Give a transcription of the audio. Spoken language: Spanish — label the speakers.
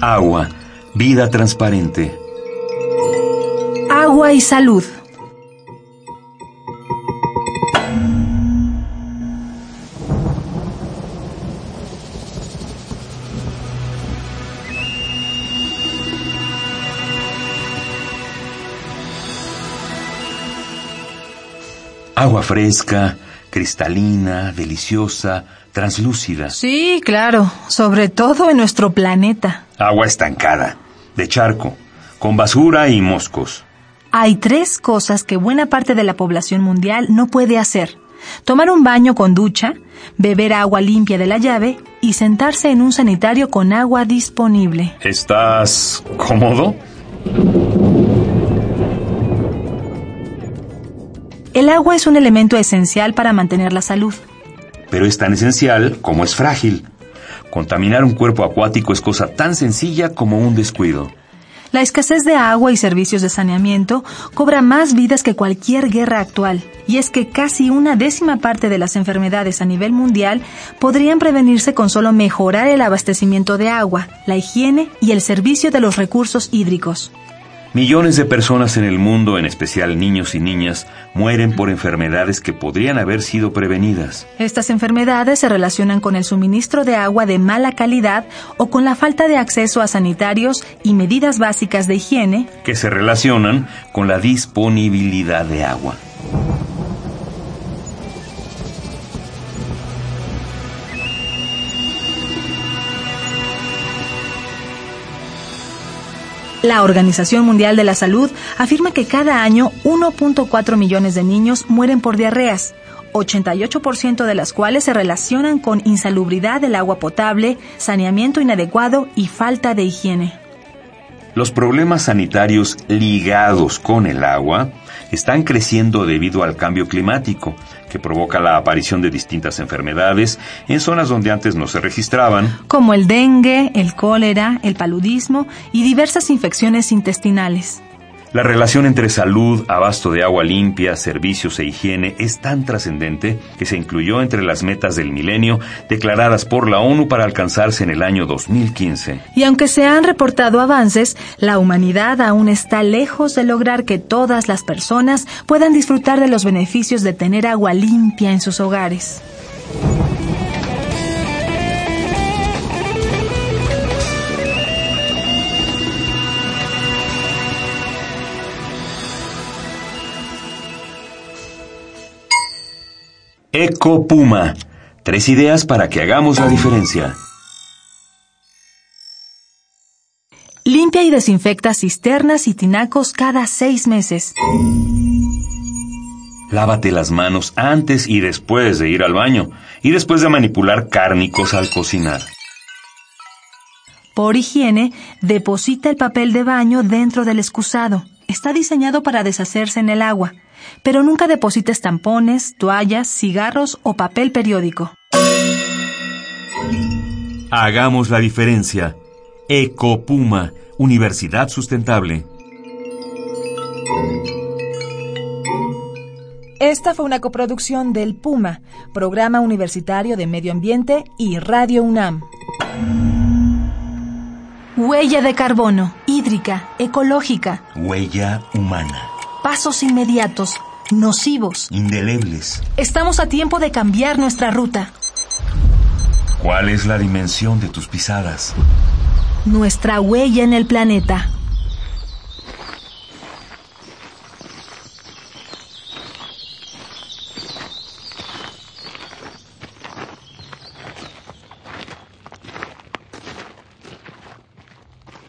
Speaker 1: Agua, vida transparente.
Speaker 2: Agua y salud.
Speaker 1: Agua fresca, cristalina, deliciosa, translúcida.
Speaker 3: Sí, claro. Sobre todo en nuestro planeta.
Speaker 1: Agua estancada, de charco, con basura y moscos.
Speaker 2: Hay tres cosas que buena parte de la población mundial no puede hacer. Tomar un baño con ducha, beber agua limpia de la llave y sentarse en un sanitario con agua disponible.
Speaker 1: ¿Estás cómodo?
Speaker 2: El agua es un elemento esencial para mantener la salud.
Speaker 1: Pero es tan esencial como es frágil. Contaminar un cuerpo acuático es cosa tan sencilla como un descuido.
Speaker 2: La escasez de agua y servicios de saneamiento cobra más vidas que cualquier guerra actual, y es que casi una décima parte de las enfermedades a nivel mundial podrían prevenirse con solo mejorar el abastecimiento de agua, la higiene y el servicio de los recursos hídricos.
Speaker 1: Millones de personas en el mundo, en especial niños y niñas, mueren por enfermedades que podrían haber sido prevenidas.
Speaker 2: Estas enfermedades se relacionan con el suministro de agua de mala calidad o con la falta de acceso a sanitarios y medidas básicas de higiene
Speaker 1: que se relacionan con la disponibilidad de agua.
Speaker 2: La Organización Mundial de la Salud afirma que cada año 1.4 millones de niños mueren por diarreas, 88% de las cuales se relacionan con insalubridad del agua potable, saneamiento inadecuado y falta de higiene.
Speaker 1: Los problemas sanitarios ligados con el agua están creciendo debido al cambio climático, que provoca la aparición de distintas enfermedades en zonas donde antes no se registraban,
Speaker 2: como el dengue, el cólera, el paludismo y diversas infecciones intestinales.
Speaker 1: La relación entre salud, abasto de agua limpia, servicios e higiene es tan trascendente que se incluyó entre las metas del milenio declaradas por la ONU para alcanzarse en el año 2015.
Speaker 2: Y aunque se han reportado avances, la humanidad aún está lejos de lograr que todas las personas puedan disfrutar de los beneficios de tener agua limpia en sus hogares.
Speaker 1: Eco Puma. Tres ideas para que hagamos la diferencia.
Speaker 2: Limpia y desinfecta cisternas y tinacos cada seis meses.
Speaker 1: Lávate las manos antes y después de ir al baño y después de manipular cárnicos al cocinar.
Speaker 2: Por higiene, deposita el papel de baño dentro del excusado. Está diseñado para deshacerse en el agua pero nunca deposites tampones, toallas, cigarros o papel periódico.
Speaker 1: Hagamos la diferencia. Ecopuma, Universidad Sustentable.
Speaker 2: Esta fue una coproducción del Puma, Programa Universitario de Medio Ambiente y Radio UNAM. Huella de carbono, hídrica, ecológica.
Speaker 1: Huella humana
Speaker 2: pasos inmediatos, nocivos.
Speaker 1: Indelebles.
Speaker 2: Estamos a tiempo de cambiar nuestra ruta.
Speaker 1: ¿Cuál es la dimensión de tus pisadas?
Speaker 2: Nuestra huella en el planeta.